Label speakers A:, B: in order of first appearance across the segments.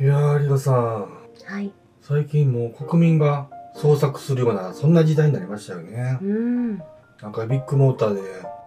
A: いやー、リカさん。
B: はい。
A: 最近もう国民が捜索するような、そんな時代になりましたよね
B: う。ん。
A: なんかビッグモーターで、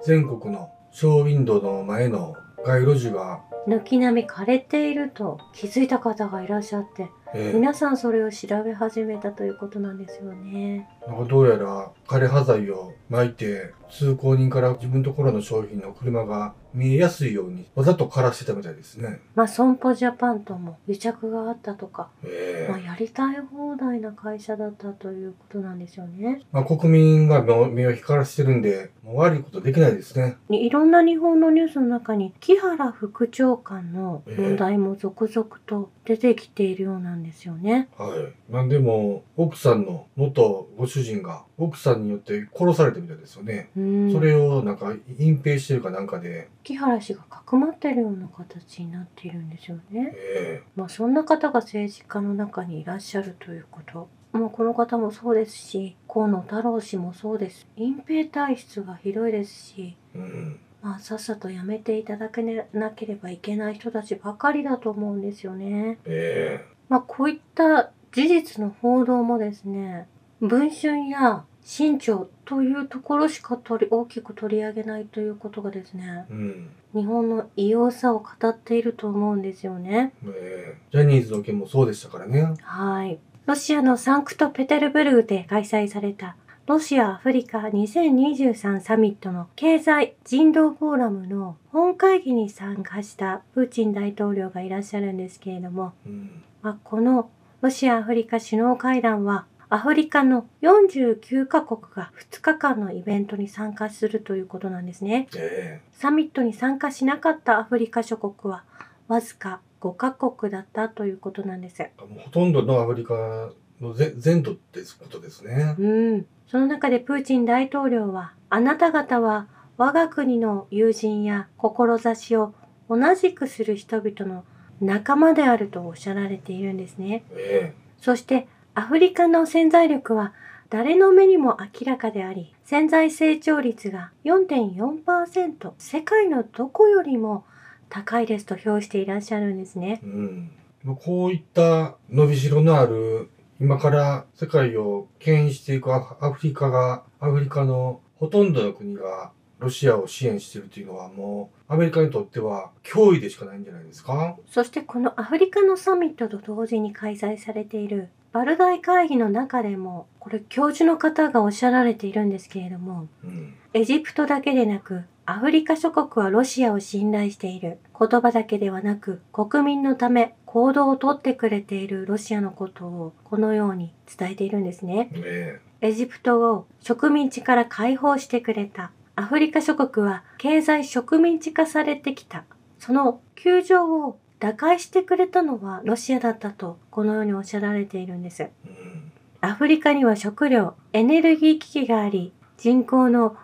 A: 全国のショーウィンドウの前の街路樹が、
B: 軒並み枯れていると気づいた方がいらっしゃって、
A: えー
B: 皆さんそれを調べ始めたということなんですよね。
A: なんかどうやら枯れ葉剤を撒いて、通行人から自分のところの商品の車が見えやすいように、わざと枯らしてたみたいですね。
B: まあ、損保ジャパンとも癒着があったとか、
A: ええ
B: まあ、やりたい放題な会社だったということなんですよね。
A: まあ、国民が目を目を光らせてるんで、もう悪いことできないですね。
B: いろんな日本のニュースの中に木原副長官の問題も続々と出てきているようなんですよね。
A: はい。なんでも、奥さんの元ご主人が、奥さんによって殺されたみたいですよね。
B: うん
A: それをなんか隠蔽してるかなんかで、
B: 木原氏がかくまってるような形になっているんですよね。
A: え
B: まあ、そんな方が政治家の中にいらっしゃるということ。もうこの方もそうですし、河野太郎氏もそうです。隠蔽体質がひどいですし、
A: えうん。
B: まあ、さっさと辞めていただけなければいけない人たちばかりだと思うんですよね。
A: え
B: まあ、こういった事実の報道もですね、文春や新潮というところしか取り大きく取り上げないということがですね、
A: えうん。
B: 日本の異様さを語っていると思うんですよね。
A: ええジャニーズの件もそうでしたからね。
B: はい。ロシアのサンクトペテルブルグで開催されたロシア・アフリカ2023サミットの経済人道フォーラムの本会議に参加したプーチン大統領がいらっしゃるんですけれども、
A: うん。
B: まあ、このロシア・アフリカ首脳会談はアフリカの49カ国が2日間のイベントに参加するということなんですね。
A: え
B: サミットに参加しなかったアフリカ諸国はわずか5カ国だったということなんです。
A: えもうほとんどのアフリカのぜ全土ってことですね。
B: うん、その中でプーチン大統領は、あなた方は我が国の友人や志を同じくする人々の仲間であるとおっしゃられているんですね。
A: え
B: そして、アフリカの潜在力は誰の目にも明らかであり、潜在成長率が4.4%、世界のどこよりも高いですと評していらっしゃるんですね。
A: えうん。まあこういった伸びしろのある、今から世界を牽引していくアフアフリカが、アフリカのほとんどの国がロシアを支援しているというのはもうアメリカにとっては脅威でしかないんじゃないですか。
B: そしてこのアフリカのサミットと同時に開催されているバルダイ会議の中でもこれ教授の方がおっしゃられているんですけれども
A: うん。
B: エジプトだけでなくアフリカ諸国はロシアを信頼している言葉だけではなく国民のため行動をとってくれているロシアのことをこのように伝えているんですね
A: え
B: エジプトを植民地から解放してくれた。アフリカ諸国は経済植民地化されてきた。その窮状を打開してくれたのはロシアだったとこのようにおっしゃられているんです。
A: えうん。
B: アフリカには食料、エネルギー危機があり、人口の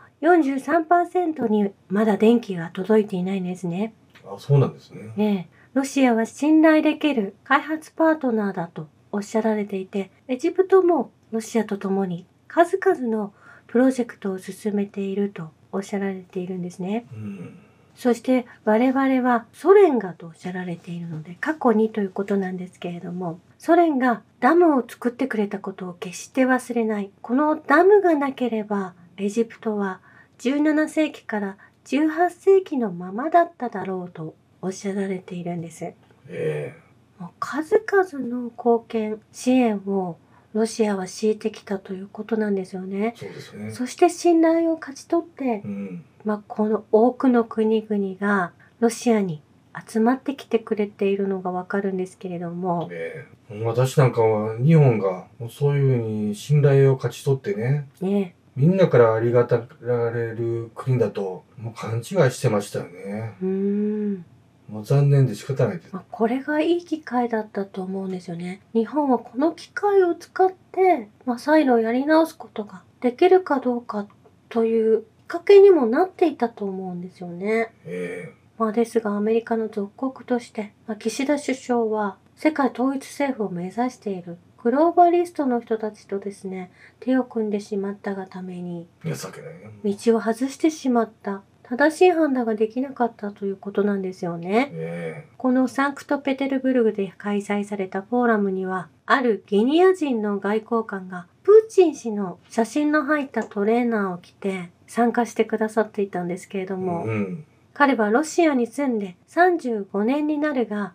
B: 43%にまだ電気が届いていないんですね。
A: あ、そうなんですね。
B: ねえ、ロシアは信頼できる開発パートナーだとおっしゃられていて、エジプトもロシアと共に数々のプロジェクトを進めているとおっしゃられているんですね。
A: うん。
B: そして我々はソ連がとおっしゃられているので過去にということなんですけれどもソ連がダムを作ってくれたことを決して忘れないこのダムがなければエジプトは17世紀から18世紀のままだっただろうとおっしゃられているんです。
A: え
B: もう数々の貢献支援をロシアは強いてきたということなんですよね
A: え。そうですね。
B: そして信頼を勝ち取って
A: うん。
B: まあ、この多くの国々がロシアに集まってきてくれているのがわかるんですけれども、
A: ええ私なんかは日本がもうそういうふうに信頼を勝ち取ってね、
B: ね、
A: みんなからありがたられる国だと、もう勘違いしてましたよね。
B: うーん、
A: もう残念で仕方ないです。
B: まあ、これがいい機会だったと思うんですよね。日本はこの機会を使って、まあ、再度やり直すことができるかどうかというきっかけにもなっていたと思うんですよね。
A: え
B: まあ、ですがアメリカの属国として、まあ、岸田首相は世界統一政府を目指しているグローバリストの人たちとですね手を組んでしまったがために
A: え情けないね。
B: 道を外してしまった正しい判断ができなかったということなんですよね。
A: え
B: このサンクトペテルブルクで開催されたフォーラムには、あるギニア人の外交官が、プーチン氏の写真の入ったトレーナーを着て参加してくださっていたんですけれど
A: え
B: も、
A: うん。
B: 彼はロシアに住んで35年になるが、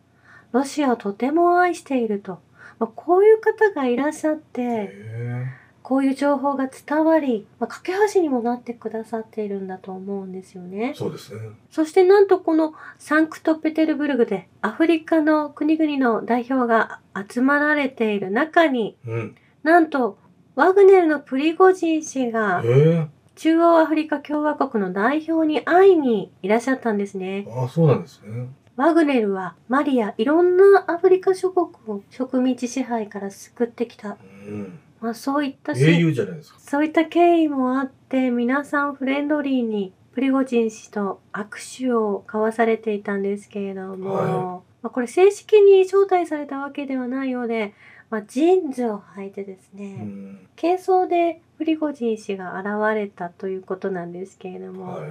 B: ロシアをとても愛していると。まあ、こういう方がいらっしゃって、
A: え
B: こういう情報が伝わり、まあ、架け橋にもなってくださっているんだと思うんですよね
A: え。そうですね。
B: そしてなんとこのサンクトペテルブルグでアフリカの国々の代表が集まられている中に、
A: うん。
B: なんとワグネルのプリゴジン氏が
A: ええ
B: 中央アフリカ共和国の代表に会いにいらっしゃったんですね。
A: ああ、そうなんですね。
B: ワグネルはマリやいろんなアフリカ諸国を植民地支配から救ってきた。
A: うん。
B: まあそういったし
A: 英雄じゃないですか。
B: そういった経緯もあって、皆さんフレンドリーにプリゴジン氏と握手を交わされていたんですけれども、
A: はい
B: まあ、これ正式に招待されたわけではないようで、まあ、ジーンズを履いてですね、
A: うん。
B: 軽装でプリゴジン氏が現れたということなんですけれども、
A: は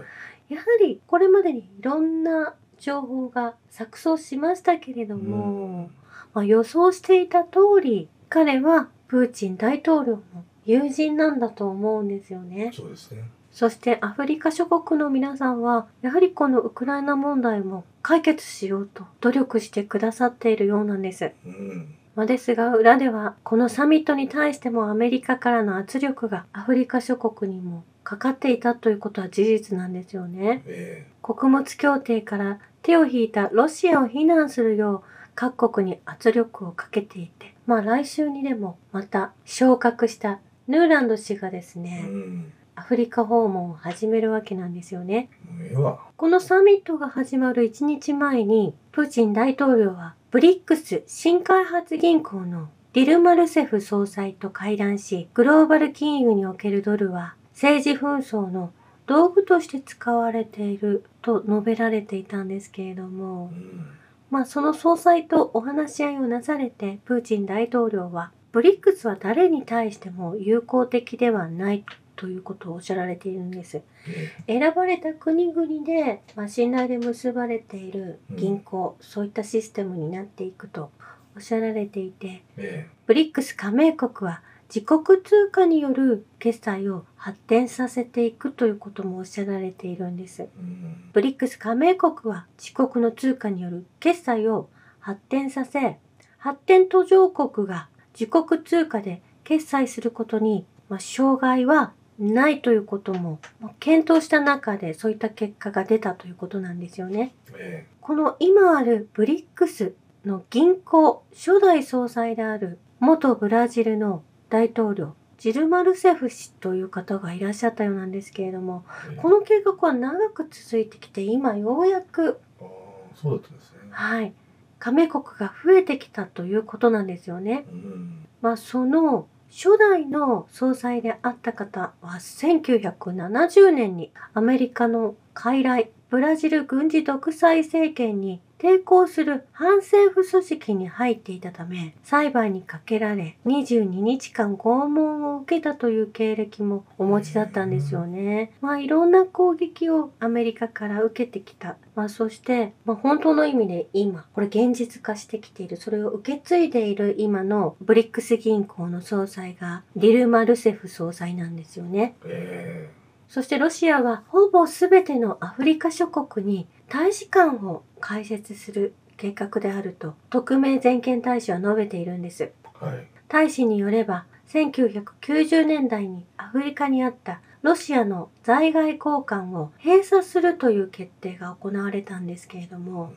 A: い。
B: やはりこれまでにいろんな情報が錯綜しましたけれども、まあ、予想していた通り彼はプーチン大統領の友人なんだと思うんですよね。
A: そうですね。
B: そしてアフリカ諸国の皆さんはやはりこのウクライナ問題も解決しようと努力してくださっているようなんです。
A: うん。
B: まあ、ですが裏ではこのサミットに対してもアメリカからの圧力がアフリカ諸国にもかかっていたということは事実なんですよね。
A: え
B: 穀物協定から手を引いたロシアを非難するよう各国に圧力をかけていて、まあ来週にでもまた昇格したヌーランド氏がです
A: え
B: ね
A: う、ん。
B: アフリカ訪問を始めるわけなんですよね。
A: もうええわ。
B: このサミットが始まる1日前に、プーチン大統領はブリックス新開発銀行のディルマルセフ総裁と会談し、グローバル金融におけるドルは政治紛争の道具として使われていると述べられていたんですけれど
A: う
B: も、
A: ん。
B: まあその総裁とお話し合いをなされて、プーチン大統領は、ブリックスは誰に対しても友好的ではないということをおっしゃられているんです。
A: え
B: 選ばれた国々で、まあ、信頼で結ばれている銀行、そういったシステムになっていくとおっしゃられていて
A: ええ
B: ブリックス加盟国は自国通貨による決済を発展させていくということもおっしゃられているんです。
A: えうん。
B: ブリックス加盟国は自国の通貨による決済を発展させ、発展途上国が自国通貨で決済することに、まあ、障害はないということも、まあ検討した中でそういった結果が出たということなんですよね。
A: え
B: この今あるブリックスの銀行初代総裁である元ブラジルの大統領ジルマルセフ氏という方がいらっしゃったようなんですけれども、
A: えええ
B: この計画は長く続いてきて今ようやく、
A: ああ、そうだったんですね。
B: はい、加盟国が増えてきたということなんですよね。
A: うん。
B: まあ、その初代の総裁であった方は1970年にアメリカの傀儡ブラジル軍事独裁政権に抵抗する反政府組織に入っていたため裁判にかけられ22日間拷問を受けたという経歴もお持ちだったんですよね。まあいろんな攻撃をアメリカから受けてきた。まあそして、まあ、本当の意味で今これ現実化してきているそれを受け継いでいる今のブリックス銀行の総裁がディルマ・ルセフ総裁なんですよね。
A: え
B: そしてロシアはほぼ全てのアフリカ諸国に大使館を開設する計画であると特命全権大使は述べているんです。
A: えはい。
B: 大使によれば1990年代にアフリカにあったロシアの在外交換を閉鎖するという決定が行われたんですけれども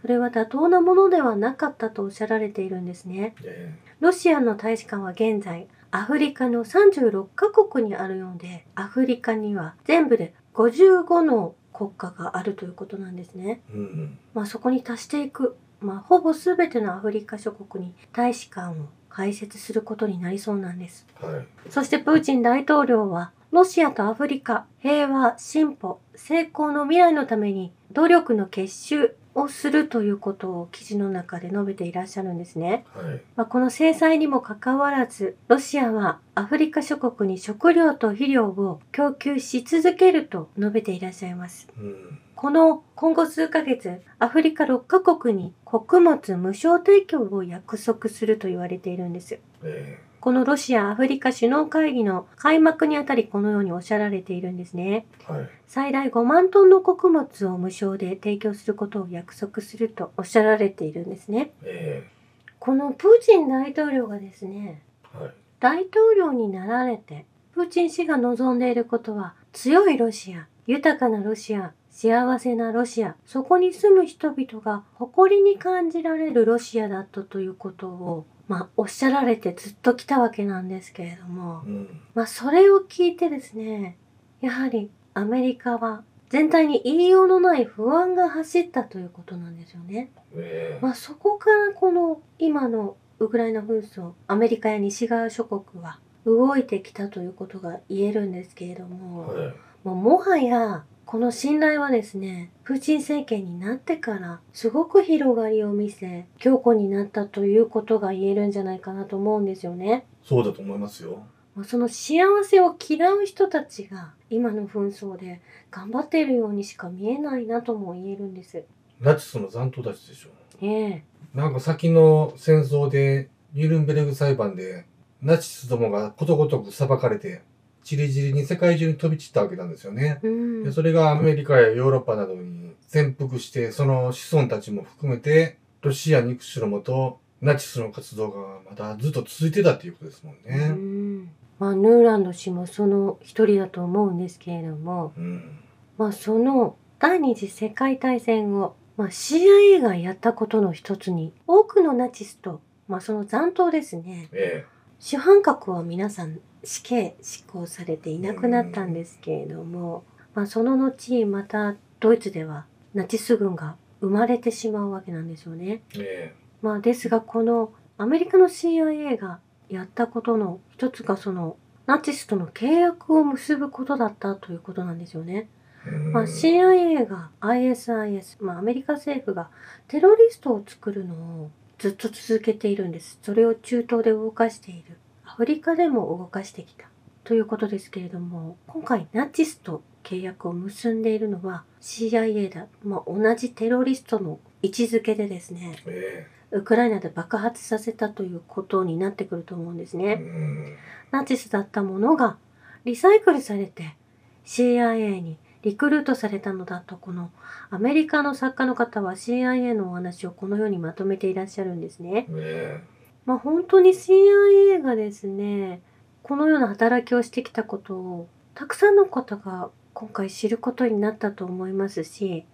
B: それは妥当なものではなかったとおっしゃられているんですね。
A: え
B: ロシアの大使館は現在アフリカの36カ国にあるようでアフリカには全部で55の国家があるということなんですね。
A: えうん。
B: まあ、そこに足していく、まあ、ほぼ全てのアフリカ諸国に大使館を開設することになりそうなんです。
A: はい。
B: そしてプーチン大統領はロシアとアフリカ平和進歩成功の未来のために努力の結集をするということを記事の中で述べていらっしゃるんですね。
A: はい。
B: まあ、この制裁にもかかわらず、ロシアはアフリカ諸国に食料と肥料を供給し続けると述べていらっしゃいます。
A: うん。
B: この今後数ヶ月、アフリカ6カ国に穀物無償提供を約束すると言われているんです。
A: え
B: このロシア・アフリカ首脳会議の開幕にあたりこのようにおっしゃられているんですね。
A: えはい。
B: 最大5万トンの穀物を無償で提供することを約束するとおっしゃられているんですね。
A: え
B: このプーチン大統領がですね、
A: えはい。
B: 大統領になられて、プーチン氏が望んでいることは、強いロシア、豊かなロシア、幸せなロシア、そこに住む人々が誇りに感じられるロシアだったということを、まあ、おっしゃられてずっと来たわけなんですけれども、
A: うん。
B: まあ、それを聞いてですね、やはりアメリカは全体に言いようのない不安が走ったということなんですよね。
A: ええ
B: まあ、そこからこの今のウクライナ紛争アメリカや西側諸国は動いてきたということが言えるんですけれども、
A: はい。
B: もうもはやこの信頼はですねプーチン政権になってからすごく広がりを見せ強固になったということが言えるんじゃないかなと思うんですよね。
A: そうだと思いますよ。
B: まあその幸せを嫌う人たちが今の紛争で頑張っているようにしか見えないなとも言えるんです。
A: ナチスの残党たちでしょ。
B: ええ
A: なんか先の戦争で、ニュルンベルグ裁判で、ナチスどもがことごとく裁かれて、ちりぢりに世界中に飛び散ったわけなんですよね。
B: うん
A: でそれがアメリカやヨーロッパなどに潜伏して、その子孫たちも含めて、ロシア憎しろもと、ナチスの活動がまたずっと続いてたっていうことですもん
B: う
A: ね。
B: んまあ、ヌーランド氏もその一人だと思うんですけれども、
A: うん。
B: まあ、その第二次世界大戦後、まあ、CIA がやったことの一つに多くのナチスと、まあ、その残党ですね
A: え
B: 主犯格は皆さん死刑執行されていなくなったんですけれども、まあ、その後またドイツではナチス軍が生まれてしまうわけなんですよね。
A: え。え
B: まあですがこのアメリカの CIA がやったことの一つがそのナチスとの契約を結ぶことだったということなんですよね。
A: え。うん
B: まあ、CIA が ISIS、まあ、アメリカ政府がテロリストを作るのをずっと続けているんです。それを中東で動かしている。アフリカでも動かしてきた。ということですけれども、今回ナチスと契約を結んでいるのは CIA だ。まあ、同じテロリストの位置づけでですね。
A: え
B: ウクライナで爆発させたということになってくると思うんです
A: え。
B: ね。
A: うん。
B: ナチスだったものがリサイクルされて CIA にリクルートされたのだとこのアメリカの作家の方は CIA のお話をこのようにまとめていらっしゃるんですね。
A: え
B: まあ本当に CIA がですね、このような働きをしてきたことをたくさんの方が今回知ることになったと思いますし、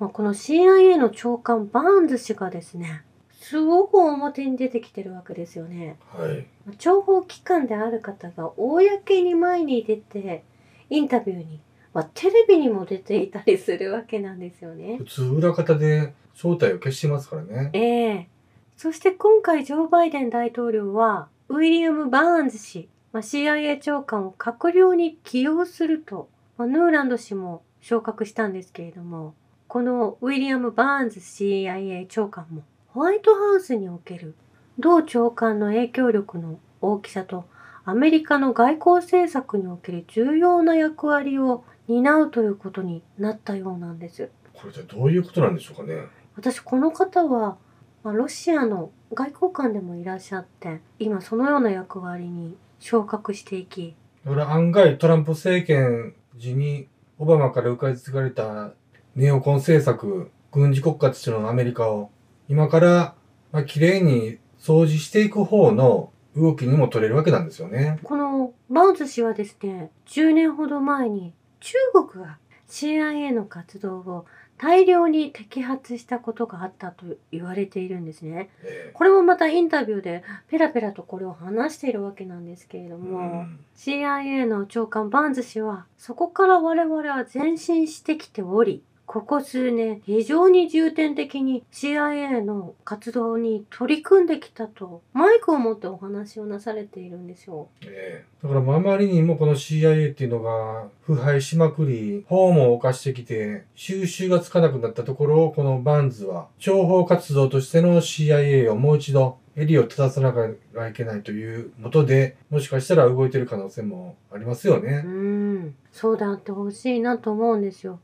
B: まあ、この CIA の長官バーンズ氏がですね、すごく表に出てきてるわけですよね。
A: え。はい。
B: 情報機関である方が公に前に出てインタビューに、まあ、テレビにも出ていたりするわけなんですよね
A: 普。通裏方で正体を消してますからね。
B: ええそして今回ジョー・バイデン大統領はウィリアム・バーンズ氏、まあ、CIA 長官を閣僚に起用すると、まあ、ヌーランド氏も昇格したんですけれどもこのウィリアム・バーンズ CIA 長官もホワイトハウスにおける同長官の影響力の大きさとアメリカの外交政策における重要な役割を担うということになったようなんです。
A: これじゃどういうことなんでしょうかね。
B: 私この方は、まあ、ロシアの外交官でもいらっしゃって今そのような役割に昇格していき
A: だから案外トランプ政権時にオバマから受け継がれたネオコン政策、軍事国家としてのアメリカを今から、まあ、綺麗に掃除していく方の動きにも取れるわけなんですよね。
B: このバウズ氏はですね10年ほど前に中国が CIA の活動を大量に摘発したことがあったと言われているんですね。
A: え
B: これもまたインタビューでペラペラとこれを話しているわけなんですけれど
A: え
B: も、
A: うん、
B: CIA の長官バーンズ氏はそこから我々は前進してきておりここ数年非常に重点的に CIA の活動に取り組んできたとマイクを持ってお話をなされているんですよ。
A: ええだからもうあまりにもこの CIA っていうのが腐敗しまくり、法も犯してきて、収集がつかなくなったところをこのバンズは、情報活動としての CIA をもう一度襟を正さなければいけないということで、もしかしたら動いてる可能性もありますよ
B: う
A: ね。
B: ん、そうであってほしいなと思うんですよ。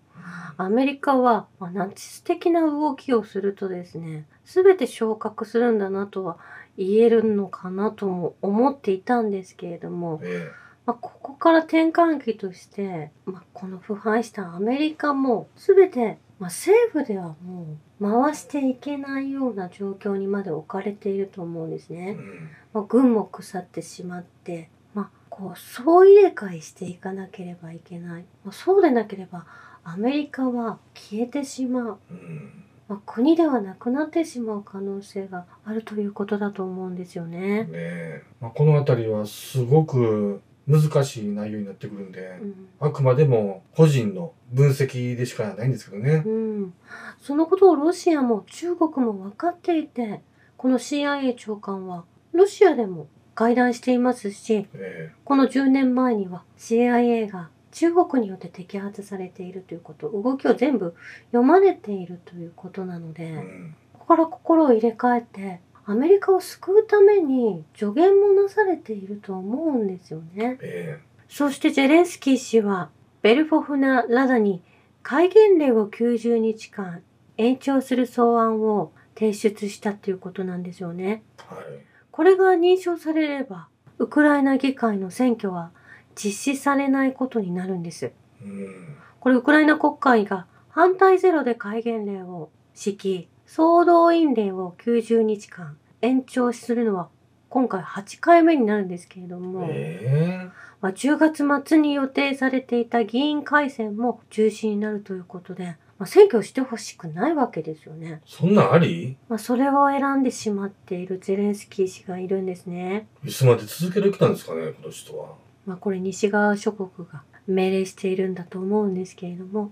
B: アメリカは、まあ、ナチス的な動きをするとですね、全て昇格するんだなとは言えるのかなとも思っていたんですけれども、
A: え
B: まあ、ここから転換期として、まあ、この腐敗したアメリカも全て、まあ、政府ではもう回していけないような状況にまで置かれていると思うんです
A: え
B: ね。
A: うん
B: まあ、軍も腐ってしまって、まあ、こう総入れ替えしていかなければいけない、まあ、そうでなければアメリカは消えてしまう、
A: うん
B: まあ、国ではなくなってしまう可能性があるということだと思うんですよね
A: ね。えまあ、この辺りはすごく難しい内容になってくるんで、
B: うん
A: あくまでも個人の分析でしかないんですけどね。
B: うん、そのことをロシアも中国も分かっていてこの CIA 長官はロシアでも外談していますし
A: え
B: この10年前には CIA が中国によって摘発されているということ動きを全部読まれているということなので、
A: えうん
B: ここから心を入れ替えてアメリカを救うために助言もなされていると思うんですよね。
A: え
B: そしてゼレンスキー氏はベルフォフナ・ラダに戒厳令を90日間延長する草案を提出したということなんですよね。
A: えはい。
B: これが認証されれば、ウクライナ議会の選挙は実施されないことになるんです。
A: うん
B: これ、ウクライナ国会が反対ゼロで戒厳令を敷き、総動員令を90日間延長するのは今回8回目になるんですけれども、
A: え
B: まあ、10月末に予定されていた議員改選も中止になるということで、まあ、選挙をしてほしくないわけですよね。
A: そんなんあり
B: まあ、それを選んでしまっているゼレンスキー氏がいるんですね。
A: いつまで続ける気なんですかね、この人は。
B: まあ、これ西側諸国が命令しているんだと思うんですけれども、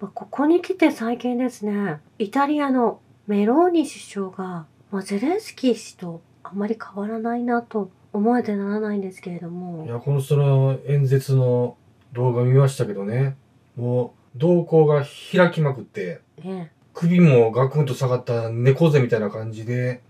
B: まあ、ここに来て最近ですねイタリアのメローニ首相が、まあ、ゼレンスキー氏とあまり変わらないなと思えてならないんですけれども
A: いや、この人の演説の動画見ましたけどね、もう、瞳孔が開きまくって、
B: ね
A: 首もガクンと下がった猫背みたいな感じで、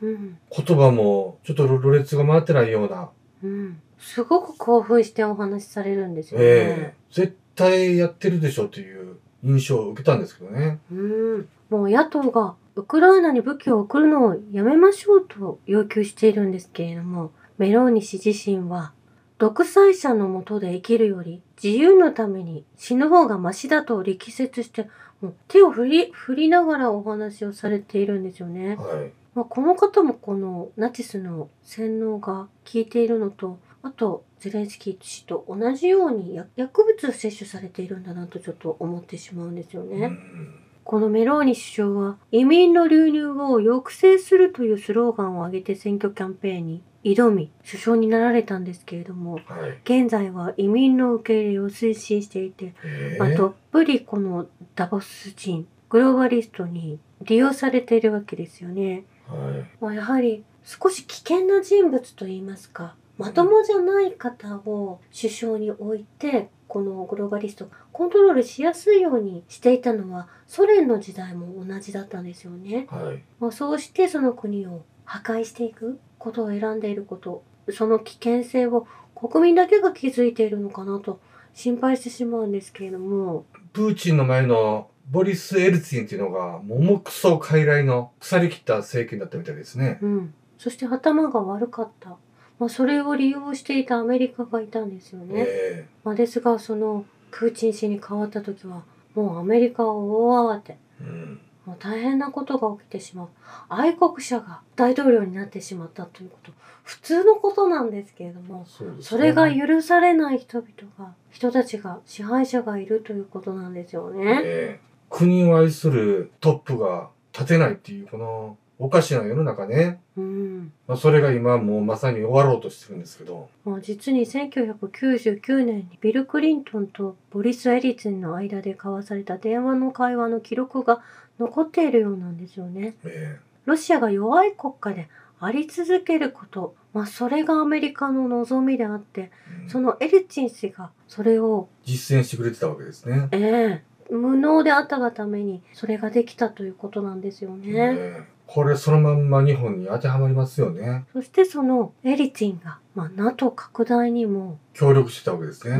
B: うん
A: 言葉もちょっとろれつが回ってないような、
B: うん、すごく興奮してお話しされるんですよね。
A: ええ絶対やってるでしょという印象を受けたんですけどね。
B: うん、もう野党がウクライナに武器を送るのをやめましょうと要求しているんですけれども、メローニ氏自身は、独裁者のもとで生きるより自由のために死ぬ方がマシだと力説して、もう手を振り、振りながらお話をされているんですよね。
A: はい。
B: まあ、この方もこのナチスの洗脳が効いているのと、あとゼレンスキー氏と同じように薬薬物を摂取されているんだなとちょっと思ってしまうんですよね。
A: うん
B: このメローニ首相は移民の流入を抑制するというスローガンを挙げて選挙キャンペーンに挑み首相になられたんですけれども
A: はい。
B: 現在は移民の受け入れを推進していて、
A: ええ
B: まあ、どっぷりこのダボス人グローバリストに利用されているわけですよね。
A: はい。
B: まあ、やはり少し危険な人物といいますかまともじゃない方を首相に置いてこのグローバリストがコントロールしやすいようにしていたのはソ連の時代も同じだったんですよね。
A: はい。
B: まあ、そうしてその国を破壊していくことを選んでいることその危険性を国民だけが気づいているのかなと心配してしまうんですけれども
A: プーチンの前のボリス・エルツィンっていうのが、桃クソ傀儡の腐り切った政権だったみたいですね。
B: うん、そして頭が悪かった、まあ、それを利用していたアメリカがいたんですよね。
A: え
B: まあ、ですがそのプーチン氏に変わった時はもうアメリカは大慌て
A: えうん。
B: もう大変なことが起きてしまう愛国者が大統領になってしまったということ普通のことなんですけれども
A: そうですね
B: それが許されない人々が人たちが支配者がいるということなんですよね。
A: ええ国を愛するトップが立てないっていう、このおかしな世の中ね。
B: うん、
A: まあ、それが今もうまさに終わろうとしてるんですけど、
B: もう実に1999年にビル・クリントンとボリス・エリツィンの間で交わされた電話の会話の記録が残っているようなんですよね。
A: え
B: ロシアが弱い国家であり続けること、まあ、それがアメリカの望みであって
A: えうん
B: そのエリツィン氏がそれを、
A: 実践してくれてたわけですね。
B: ええ無能であったがためにそれができたということなんですよね。
A: ええこれそのまんま日本に当てはまりますよね。
B: そしてそのエリツィンが、まあ、NATO 拡大にも、
A: 協力してたわけです
B: う
A: ね。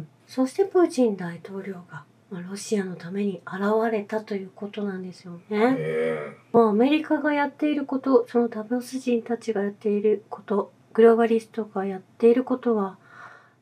B: ん、そしてプーチン大統領が、まあ、ロシアのために現れたということなんですよね。
A: え
B: まあ、アメリカがやっていること、そのダボス人たちがやっていること、グローバリストがやっていることは、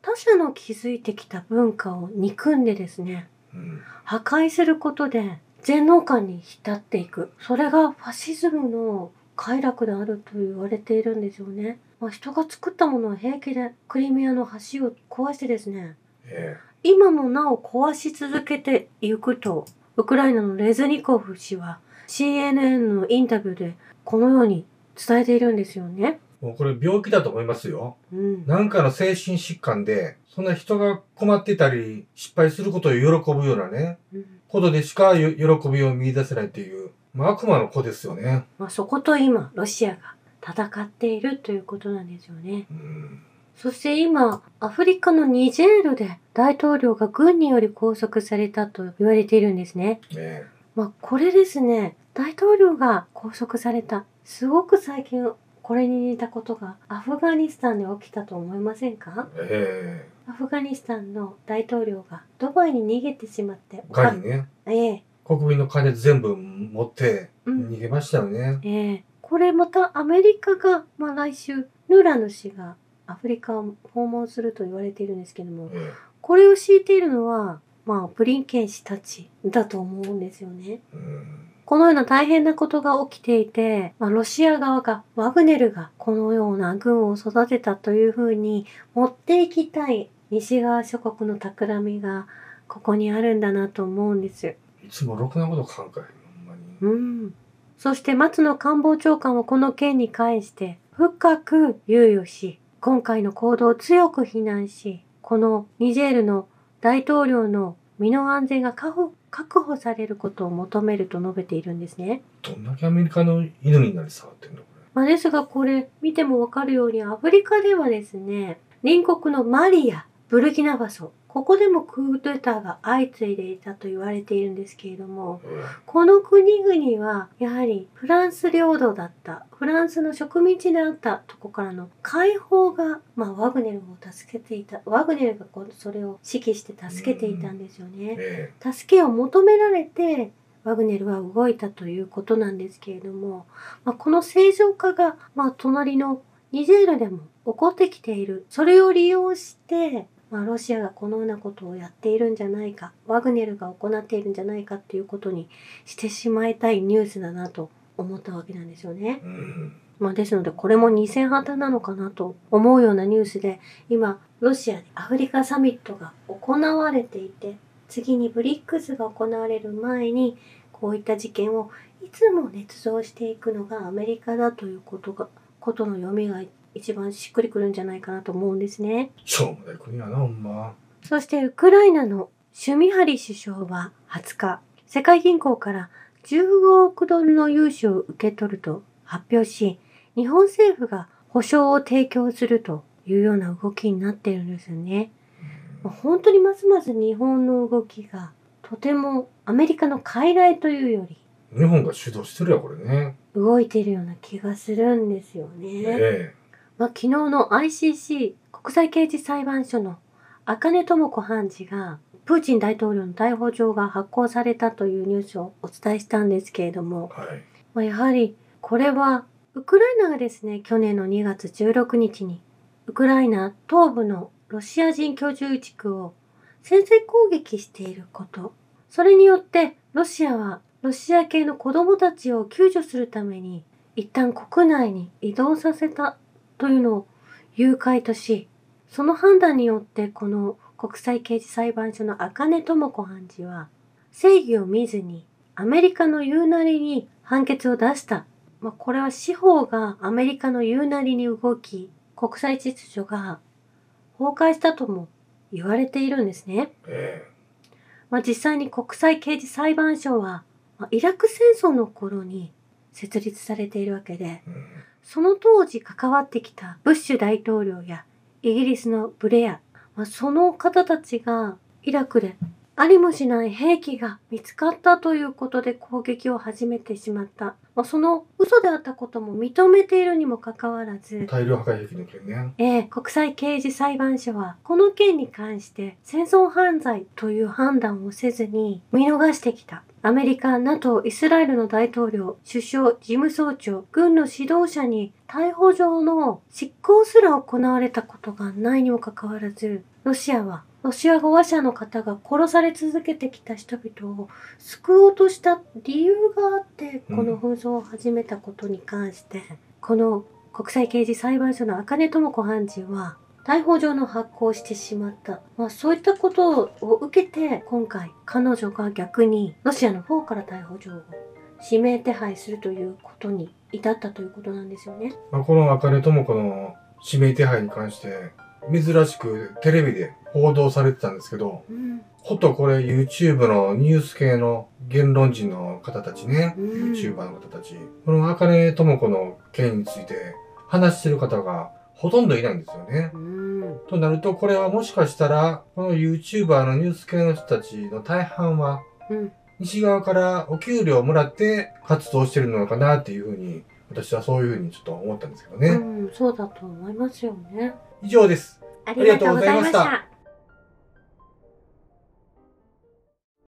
B: 他者の築いてきた文化を憎んでですね、
A: えうん
B: 破壊することで全能感に浸っていくそれがファシズムの快楽であると言われているんですよね、まあ、人が作ったものは平気でクリミアの橋を壊してですね
A: え
B: 今もなお壊し続けていくとウクライナのレズニコフ氏は CNN のインタビューでこのように伝えているんですよね。
A: えもうこれ病気だと思いますよ。
B: うん、
A: なんかの精神疾患で、そんな人が困ってたり、失敗することを喜ぶようなね、
B: うん
A: ことでしかよ喜びを見出せないという、まあ、悪魔の子ですよね。
B: まあ、そこと今ロシアが戦っているということなんですよね。
A: うん。
B: そして今、アフリカのニジェールで大統領が軍により拘束されたと言われているんですね。
A: え
B: まあこれですね、大統領が拘束された。すごく最近これに似たことがアフガニスタンで起きたと思いませんか
A: ええ
B: アフガニスタンの大統領がドバイに逃げてしまって。
A: えガニね。
B: あええ。
A: 国民の金全部持って
B: うん。
A: 逃げましたよね。
B: ええ。これまたアメリカが、まあ来週、ヌラヌ氏がアフリカを訪問すると言われているんですけども、
A: え
B: これを敷いているのは、まあ、ブリンケン氏たちだと思うんですよね。
A: えうん。
B: このような大変なことが起きていて、まあ、ロシア側が、ワグネルがこのような軍を育てたというふうに持っていきたい西側諸国の企みがここにあるんだなと思うんです。
A: いつもろくなこと考える。ほんまに。
B: うん。そして松野官房長官はこの件に関して深く猶予し、今回の行動を強く非難し、このニジェールの大統領の身の安全が確保確保されることを求めると述べているんですね。
A: どんだけアメリカの犬になり触ってんのこ
B: まあ、ですがこれ見てもわかるようにアフリカではですね、隣国のマリやブルキナファソ、ここでもクーデターが相次いでいたと言われているんですけれども、
A: れ。え
B: この国々はやはりフランス領土だったフランスの植民地であったとこからの解放が、まあ、ワグネルを助けていたワグネルがこうそれを指揮して助けていたんですよ
A: え
B: ね。
A: え
B: 助けを求められてワグネルは動いたということなんですけれども、まあ、この正常化が、まあ、隣のニジェールでも起こってきているそれを利用して、まあ、ロシアがこのようなことをやっているんじゃないかワグネルが行っているんじゃないかということにしてしまいたいニュースだなと思ったわけなんですよね。
A: えうん。
B: まあ、ですのでこれも偽旗なのかなと思うようなニュースで今ロシアでアフリカサミットが行われていて次にブリックスが行われる前にこういった事件をいつも捏造していくのがアメリカだということがことの読みが一番しっくりくるんじゃないかなと思うんですね。
A: しょうもない国やな、ほんま。
B: そしてウクライナのシュミハリ首相は20日、世界銀行から15億ドルの融資を受け取ると発表し、日本政府が保証を提供するというような動きになっているんですよね。まあ本当にますます日本の動きがとてもアメリカの傀儡というより
A: 日本が主導してるや、これね。
B: 動いているような気がするんですよね。
A: え
B: まあ、昨日の ICC 国際刑事裁判所の赤根智子判事がプーチン大統領の逮捕状が発行されたというニュースをお伝えしたんですけれども、
A: えはい。
B: まあ、やはりこれはウクライナがですね去年の2月16日にウクライナ東部のロシア人居住地区を先制攻撃していることそれによってロシアはロシア系の子どもたちを救助するために一旦国内に移動させたというのを誘拐としその判断によってこの国際刑事裁判所の赤根智子判事は正義を見ずにアメリカの言うなりに判決を出したまあ、これは司法がアメリカの言うなりに動き、国際秩序が崩壊したとも言われているんですね。
A: え
B: まあ、実際に国際刑事裁判所は、まあイラク戦争の頃に設立されているわけで、
A: え
B: その当時関わってきたブッシュ大統領やイギリスのブレア、まあ、その方たちがイラクでありもしない兵器が見つかったということで攻撃を始めてしまった。まあ、その嘘であったことも認めているにもかかわらず
A: うん、大量破壊兵器の件ね。
B: えー国際刑事裁判所はこの件に関して戦争犯罪という判断をせずに見逃してきた。アメリカ、NATO、イスラエルの大統領、首相、事務総長、軍の指導者に逮捕状の執行すら行われたことがないにもかかわらず、ロシアはロシア語話者の方が殺され続けてきた人々を救おうとした理由があって、
A: うん
B: この紛争を始めたことに関して、この国際刑事裁判所の茜智子判事は逮捕状の発行をしてしまった、まあ、そういったことを受けて今回彼女が逆にロシアの方から逮捕状を指名手配するということに至ったということなんですよね。
A: まあ、この茜智子の指名手配に関して、珍しくテレビで報道されてたんですけど、
B: うん
A: ことこれ YouTube のニュース系の言論人の方たちね、
B: うん
A: YouTuber の方たち、この茜智子の件について話してる方がほとんどいないんですよね。
B: うん
A: となると、これはもしかしたら、この YouTuber のニュース系の人たちの大半は、
B: うん
A: 西側からお給料をもらって活動してるのかなっていうふうに、私はそういうふうにちょっと思ったんですけどね。
B: うん、そうだと思いますよね。
A: 以上です。
B: あ
A: りがとうございました。